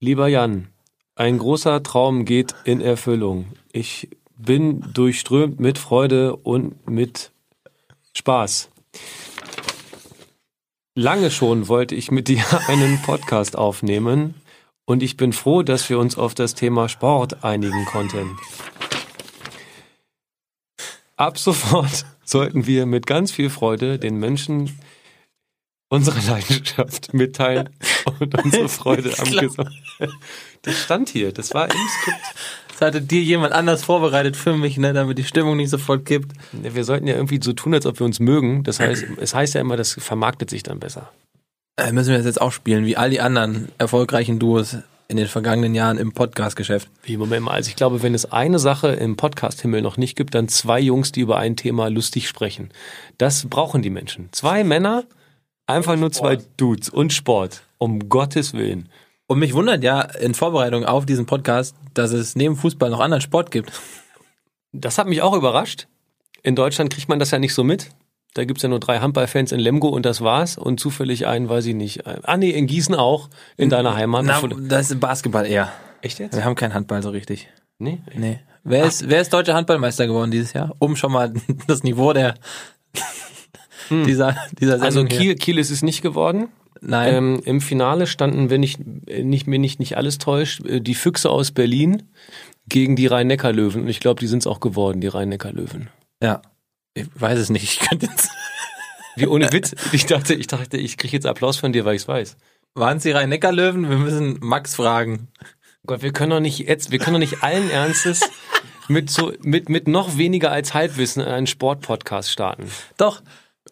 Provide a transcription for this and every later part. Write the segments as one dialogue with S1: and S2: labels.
S1: Lieber Jan, ein großer Traum geht in Erfüllung. Ich bin durchströmt mit Freude und mit Spaß. Lange schon wollte ich mit dir einen Podcast aufnehmen und ich bin froh, dass wir uns auf das Thema Sport einigen konnten. Ab sofort sollten wir mit ganz viel Freude den Menschen unsere Leidenschaft mitteilen und unsere Freude am
S2: glaub-
S1: Gesundheit. Das stand hier, das war im Skript.
S2: Das hatte dir jemand anders vorbereitet für mich, ne, damit die Stimmung nicht sofort kippt.
S1: Wir sollten ja irgendwie so tun, als ob wir uns mögen. Das heißt, es heißt ja immer, das vermarktet sich dann besser.
S2: Äh, müssen wir das jetzt auch spielen, wie all die anderen erfolgreichen Duos in den vergangenen Jahren im Podcast-Geschäft.
S1: Wie man immer. Also ich glaube, wenn es eine Sache im Podcast-Himmel noch nicht gibt, dann zwei Jungs, die über ein Thema lustig sprechen. Das brauchen die Menschen. Zwei Männer, einfach nur zwei Dudes und Sport. Um Gottes Willen.
S2: Und mich wundert ja in Vorbereitung auf diesen Podcast, dass es neben Fußball noch anderen Sport gibt.
S1: Das hat mich auch überrascht. In Deutschland kriegt man das ja nicht so mit. Da gibt's ja nur drei Handballfans in Lemgo und das war's. Und zufällig einen, weiß ich nicht. ein- Ah nee, in Gießen auch, in deiner Heimat.
S2: Na,
S1: Obwohl-
S2: das ist Basketball eher.
S1: Echt jetzt?
S2: Wir haben keinen Handball so richtig.
S1: Nee.
S2: Nee. Wer ist, wer ist deutscher Handballmeister geworden dieses Jahr? Um schon mal das Niveau der dieser, dieser Sendung
S1: Also
S2: hier.
S1: Kiel, Kiel ist es nicht geworden.
S2: Nein.
S1: Ähm, Im Finale standen, wenn ich äh, nicht, mir nicht, nicht alles täuscht, äh, die Füchse aus Berlin gegen die Rhein-Neckar-Löwen. Und ich glaube, die sind es auch geworden, die Rhein-Neckar-Löwen.
S2: Ja. Ich weiß es nicht. Ich könnte jetzt.
S1: Wie ohne Witz. Ich dachte, ich dachte, ich kriege jetzt Applaus von dir, weil ich es weiß.
S2: Waren es die Rhein-Neckar-Löwen? Wir müssen Max fragen.
S1: Oh Gott, wir können doch nicht jetzt, wir können doch nicht allen Ernstes mit so, mit, mit noch weniger als Halbwissen einen Sport-Podcast starten.
S2: Doch.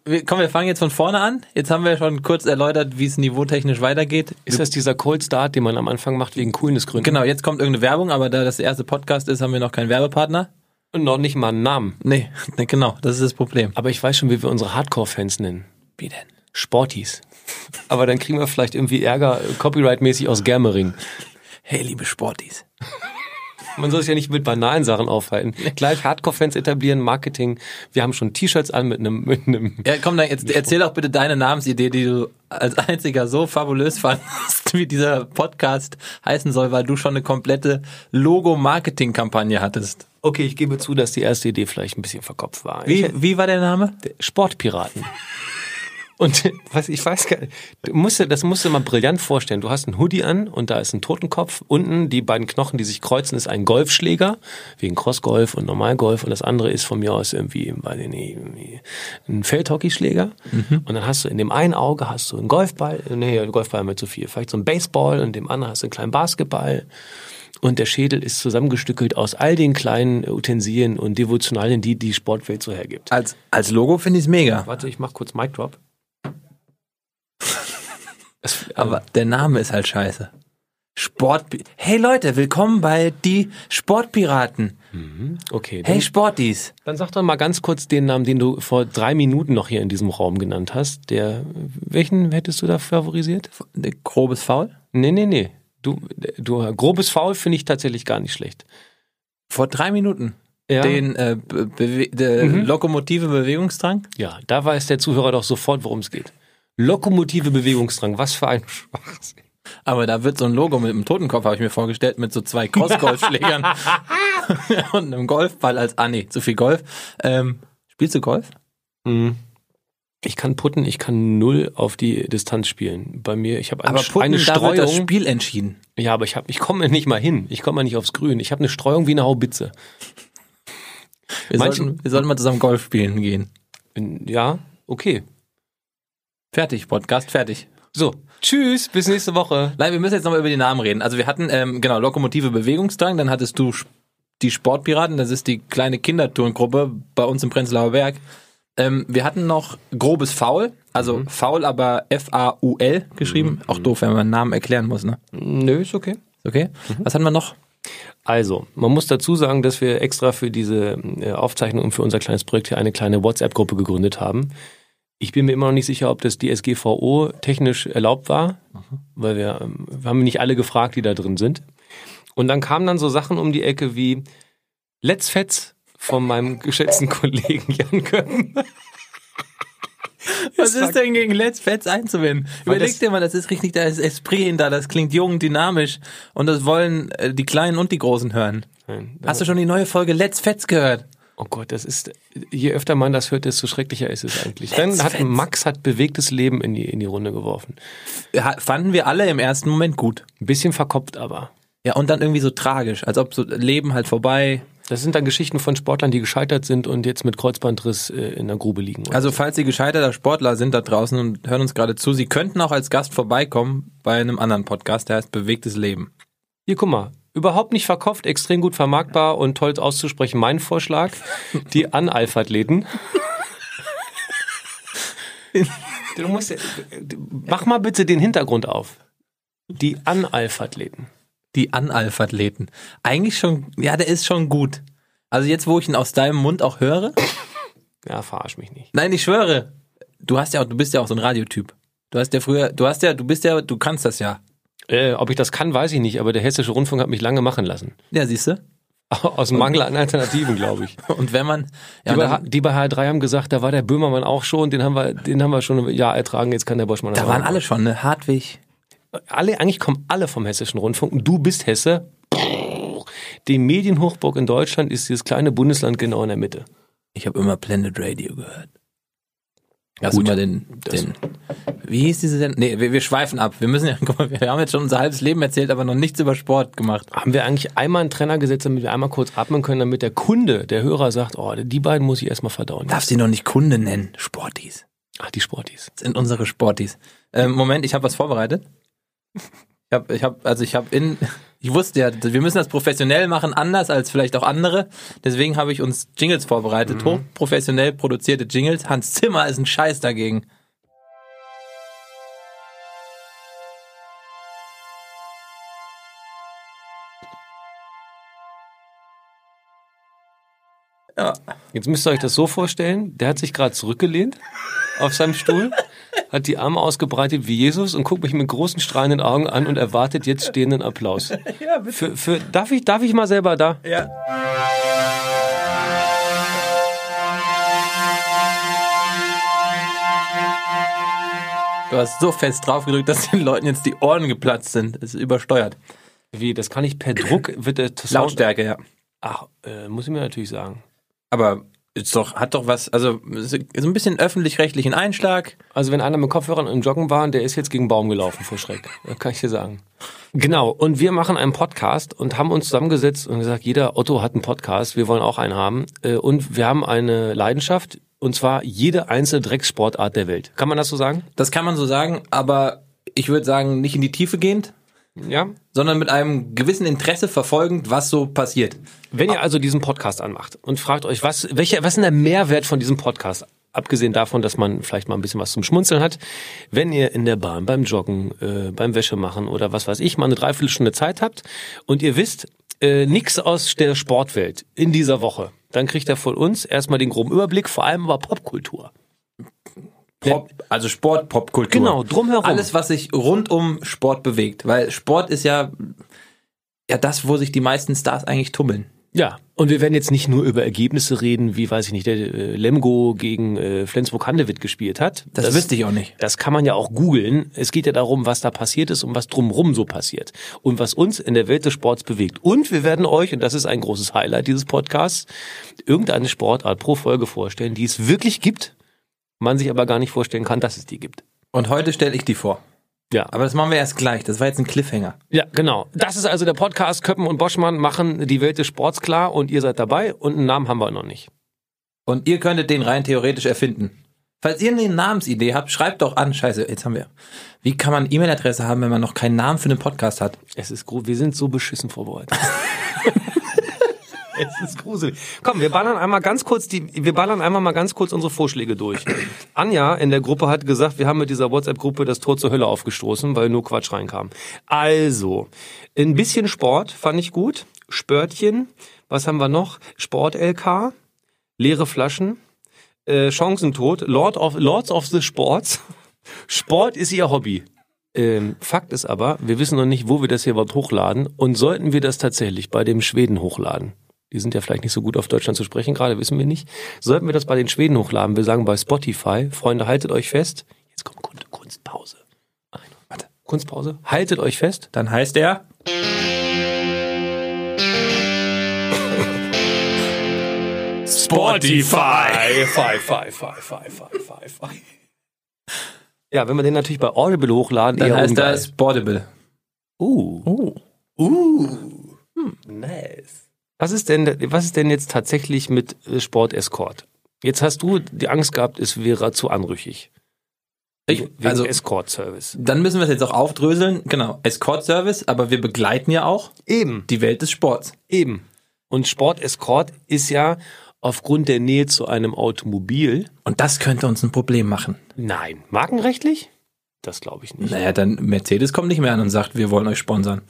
S2: Wir, komm, wir fangen jetzt von vorne an. Jetzt haben wir schon kurz erläutert, wie es niveautechnisch weitergeht.
S1: Ist das dieser Cold Start, den man am Anfang macht wegen Coolness-Gründen?
S2: Genau, jetzt kommt irgendeine Werbung, aber da das der erste Podcast ist, haben wir noch keinen Werbepartner.
S1: Genau. Und noch nicht mal einen Namen.
S2: Nee, nee, genau, das ist das Problem.
S1: Aber ich weiß schon, wie wir unsere Hardcore-Fans nennen.
S2: Wie denn?
S1: Sporties. Aber dann kriegen wir vielleicht irgendwie Ärger äh, copyright-mäßig aus Germering.
S2: Hey, liebe Sporties.
S1: Man soll sich ja nicht mit banalen Sachen aufhalten. Gleich Hardcore-Fans etablieren, Marketing. Wir haben schon T-Shirts an mit einem, mit einem.
S2: Ja, komm, dann jetzt erzähl doch bitte deine Namensidee, die du als einziger so fabulös fandest, wie dieser Podcast heißen soll, weil du schon eine komplette Logo-Marketing-Kampagne hattest.
S1: Okay, ich gebe zu, dass die erste Idee vielleicht ein bisschen verkopft war. Ich-
S2: Wie, wie war der Name?
S1: Sportpiraten. Und was ich weiß gar nicht, du musst dir, das musst du mal brillant vorstellen. Du hast einen Hoodie an und da ist ein Totenkopf. Unten die beiden Knochen, die sich kreuzen, ist ein Golfschläger wegen Crossgolf und Normalgolf und das andere ist von mir aus irgendwie, weiß ich nicht, irgendwie ein Feldhockeyschläger. Und dann hast du in dem einen Auge hast du einen Golfball, nee, Golfball haben wir zu viel, vielleicht so einen Baseball und in dem anderen hast du einen kleinen Basketball. Und der Schädel ist zusammengestückelt aus all den kleinen Utensilien und Devotionalien, die die Sportwelt so hergibt.
S2: Als, als Logo finde ich es mega.
S1: Warte, ich mach kurz Mic Drop. Es,
S2: Aber der Name ist halt scheiße. Sport. Hey Leute, willkommen bei die Sportpiraten.
S1: okay, dann,
S2: Hey Sporties.
S1: dann sag doch mal ganz kurz den Namen, den du vor drei Minuten noch hier in diesem Raum genannt hast. Der, welchen hättest du da favorisiert?
S2: Grobes Foul?
S1: Nee, nee, nee. Du, du grobes Foul finde ich tatsächlich gar nicht schlecht.
S2: Vor drei Minuten.
S1: Ja,
S2: Den äh, Be- Bewe- der Lokomotive Bewegungsdrang?
S1: ja, da weiß der Zuhörer doch sofort, worum es geht. Lokomotive Bewegungsdrang, was für ein Schwachsinn.
S2: Aber da wird so ein Logo mit einem Totenkopf, habe ich mir vorgestellt, mit so zwei Crossgolfschlägern und einem Golfball als, ah nee, zu viel Golf. Ähm, spielst du Golf?
S1: Ich kann putten, ich kann null auf die Distanz spielen. Bei mir, ich habe eine,
S2: Aber
S1: Sch- eine
S2: Putten, da wird das
S1: Streuung.
S2: Spiel entschieden.
S1: Ja, aber ich, hab, ich komme nicht mal hin. Ich komme mal nicht aufs Grün. Ich habe eine Streuung wie eine Haubitze.
S2: Wir,
S1: Manchen-
S2: sollten, wir sollten mal zusammen Golf spielen gehen.
S1: Ja, okay.
S2: Fertig, Podcast, fertig.
S1: So, tschüss, bis nächste Woche.
S2: Nein, wir müssen jetzt nochmal über die Namen reden. Also wir hatten, ähm, genau, Lokomotive Bewegungsdrang, dann hattest du Sp- die Sportpiraten, das ist die kleine Kinderturngruppe bei uns im Prenzlauer Berg. Ähm, wir hatten noch grobes Foul, also Foul, aber F-A-U-L geschrieben. Auch doof, wenn man einen Namen erklären muss, ne?
S1: Nö, ist okay.
S2: Ist Okay. Was hatten wir noch?
S1: Also, man muss dazu sagen, dass wir extra für diese äh, Aufzeichnung und für unser kleines Projekt hier eine kleine WhatsApp-Gruppe gegründet haben. Ich bin mir immer noch nicht sicher, ob das DSGVO technisch erlaubt war, weil wir, ähm, wir haben nicht alle gefragt, die da drin sind. Und dann kamen dann so Sachen um die Ecke wie Let's Fetz von meinem geschätzten Kollegen Jan Köppen.
S2: Was ist denn gegen Let's Fets einzuwenden? Überleg
S1: das-
S2: dir mal, das ist richtig, da ist Esprit hinter, das klingt jung, dynamisch und das wollen äh, die Kleinen und die Großen hören.
S1: Nein,
S2: Hast du schon die neue Folge Let's Fets gehört?
S1: Oh Gott, das ist, je öfter man das hört, desto schrecklicher ist es eigentlich. Dann hat
S2: Fetz.
S1: Max hat bewegtes Leben in die, in die Runde geworfen.
S2: Ja, fanden wir alle im ersten Moment gut.
S1: Ein bisschen verkopft aber.
S2: Ja, und dann irgendwie so tragisch, als ob so Leben halt vorbei.
S1: Das sind dann Geschichten von Sportlern, die gescheitert sind und jetzt mit Kreuzbandriss äh, in der Grube liegen.
S2: Also falls Sie gescheiterter Sportler sind da draußen und hören uns gerade zu, Sie könnten auch als Gast vorbeikommen bei einem anderen Podcast, der heißt Bewegtes Leben.
S1: Hier, guck mal. Überhaupt nicht verkopft, extrem gut vermarktbar und toll auszusprechen. Mein Vorschlag, die Analphathleten. du musst, ja- mach mal bitte den Hintergrund auf. Die Analphathleten.
S2: Die Analphathleten. Eigentlich schon, ja, der ist schon gut. Also jetzt, wo ich ihn aus deinem Mund auch höre,
S1: Ja, verarsch mich nicht.
S2: Nein, ich schwöre. Du hast ja auch, du bist ja auch so ein Radiotyp. Du hast ja früher, du hast ja, du bist ja, du kannst das ja.
S1: Äh, ob ich das kann, weiß ich nicht, aber der Hessische Rundfunk hat mich lange machen lassen.
S2: Ja, siehst du?
S1: Aus Mangel an Alternativen, glaube ich.
S2: Und wenn man,
S1: Die
S2: ja, und
S1: bei, H-
S2: dann,
S1: die bei HR3 haben gesagt, da war der Böhmermann auch schon, den haben wir, den haben wir schon ein Jahr ertragen, jetzt kann der Boschmann das
S2: da waren
S1: auch.
S2: alle schon, ne? Hartwig.
S1: alle, eigentlich kommen alle vom Hessischen Rundfunk. Du bist Hesse. Die Medienhochburg in Deutschland ist dieses kleine Bundesland genau in der Mitte.
S2: Ich habe immer Planet Radio gehört. Hast
S1: Gut.
S2: immer den, den, wie hieß diese denn? Nee, wir, wir schweifen ab. Wir müssen ja, guck mal, wir haben jetzt schon unser halbes Leben erzählt, aber noch nichts über Sport gemacht.
S1: Haben wir eigentlich einmal einen Trainer gesetzt, damit wir einmal kurz atmen können, damit der Kunde, der Hörer sagt, oh, die beiden muss ich erstmal verdauen.
S2: Darf sie noch nicht Kunde nennen? Sportis.
S1: Ach, die Sportis.
S2: sind unsere Sportis. Ähm, Moment, ich habe was vorbereitet. Ich habe, ich hab, also ich habe in, ich wusste ja, wir müssen das professionell machen, anders als vielleicht auch andere. Deswegen habe ich uns Jingles vorbereitet, hochprofessionell produzierte Jingles. Hans Zimmer ist ein Scheiß dagegen. Ja.
S1: Jetzt müsst ihr euch das so vorstellen, der hat sich gerade zurückgelehnt auf seinem Stuhl, hat die Arme ausgebreitet wie Jesus und guckt mich mit großen strahlenden Augen an und erwartet jetzt stehenden Applaus.
S2: Ja, bitte.
S1: Für, für, darf, ich, darf ich mal selber da?
S2: Ja. Du hast so fest draufgedrückt, dass den Leuten jetzt die Ohren geplatzt sind. Es ist übersteuert.
S1: Wie, das kann ich per Druck, wird der Sound...
S2: Lautstärke, ja.
S1: Ach, äh, muss ich mir natürlich sagen.
S2: Aber ist doch, hat doch was, also so ein bisschen öffentlich-rechtlichen Einschlag.
S1: Also wenn einer mit Kopfhörern im Joggen war, der ist jetzt gegen einen Baum gelaufen vor Schreck. Das kann ich dir sagen. Genau, und wir machen einen Podcast und haben uns zusammengesetzt und gesagt, jeder Otto hat einen Podcast, wir wollen auch einen haben. Äh, Und wir haben eine Leidenschaft, und zwar jede einzelne Dreckssportart der Welt. Kann man das so sagen?
S2: Das kann man so sagen, aber ich würde sagen, nicht in die Tiefe gehend,
S1: Ja.
S2: sondern mit einem gewissen Interesse verfolgend, was so passiert.
S1: Wenn ihr also diesen Podcast anmacht und fragt euch, was, welcher, was ist denn der Mehrwert von diesem Podcast? Abgesehen davon, dass man vielleicht mal ein bisschen was zum Schmunzeln hat, wenn ihr in der Bahn, beim Joggen, äh, beim Wäschemachen oder was weiß ich, mal eine Dreiviertelstunde Zeit habt und ihr wisst, äh, nix aus der Sportwelt in dieser Woche, dann kriegt ihr von uns erstmal den groben Überblick, vor allem über Popkultur.
S2: Pop, also Sport, Popkultur.
S1: Genau, drumherum.
S2: Alles, was sich rund um Sport bewegt. Weil Sport ist ja, ja das, wo sich die meisten Stars eigentlich tummeln.
S1: Ja, und wir werden jetzt nicht nur über Ergebnisse reden, wie, weiß ich nicht, der äh, Lemgo gegen äh, Flensburg-Handewitt gespielt hat.
S2: Das, wüsste ich auch nicht.
S1: Das kann man ja auch googeln. Es geht ja darum, was da passiert ist und was drumrum so passiert und was uns in der Welt des Sports bewegt. Und wir werden euch, und das ist ein großes Highlight dieses Podcasts, irgendeine Sportart pro Folge vorstellen, die es wirklich gibt, man sich aber gar nicht vorstellen kann, dass es die gibt.
S2: Und heute stelle ich die vor.
S1: Ja,
S2: Aber das machen wir erst gleich. Das war jetzt ein Cliffhanger.
S1: ja, genau. Das ist also der Podcast. Köppen und Boschmann machen die Welt des Sports klar und ihr seid dabei und einen Namen haben wir noch nicht.
S2: Und ihr könntet den rein theoretisch erfinden. Falls ihr eine Namensidee habt, schreibt doch an. Scheiße, jetzt haben wir. Wie kann man eine E-Mail-Adresse haben, wenn man noch keinen Namen für einen Podcast hat?
S1: Es ist gru- wir sind so beschissen vorbereitet. es ist gruselig. Komm, wir ballern einmal ganz kurz die wir ballern einmal mal ganz kurz unsere Vorschläge durch. Anja in der Gruppe hat gesagt, wir haben mit dieser WhatsApp Gruppe das Tor zur Hölle aufgestoßen, weil nur Quatsch reinkam. Also, ein bisschen Sport fand ich gut, Spörtchen, was haben wir noch? Sport LK, leere Flaschen, äh, Chancentod, Lord of Lords of the Sports. Sport ist ihr Hobby. Ähm, Fakt ist aber, wir wissen noch nicht, wo wir das hier überhaupt hochladen. Und sollten wir das tatsächlich bei dem Schweden hochladen, die sind ja vielleicht nicht so gut auf Deutschland zu sprechen, gerade wissen wir nicht. Sollten wir das bei den Schweden hochladen? Wir sagen bei Spotify, Freunde, haltet euch fest. Jetzt kommt Kun- Kunstpause. Ein, warte, Kunstpause. Haltet euch fest.
S2: Dann heißt er.
S1: Spotify. Five, five, five, five, five, five, five. Ja, wenn wir den natürlich bei Audible hochladen,
S2: Dann
S1: eher
S2: heißt
S1: ungeil.
S2: er Sportable.
S1: Uh.
S2: Oh.
S1: Uh. Nice. Was ist denn, was ist denn jetzt tatsächlich mit äh, Sport-Escort? Jetzt hast du die Angst gehabt, es wäre zu anrüchig.
S2: Ich,
S1: Wegen
S2: also,
S1: Escort-Service.
S2: dann müssen wir es jetzt auch aufdröseln. Genau. Escort-Service, aber wir begleiten ja auch
S1: Eben,
S2: die Welt des Sports.
S1: eben. Und Sport-Escort ist ja aufgrund der Nähe zu einem Automobil.
S2: Und das könnte uns ein Problem machen.
S1: Nein. Markenrechtlich? Das glaube ich nicht.
S2: Naja, dann Mercedes kommt nicht mehr an und sagt, wir wollen euch sponsern.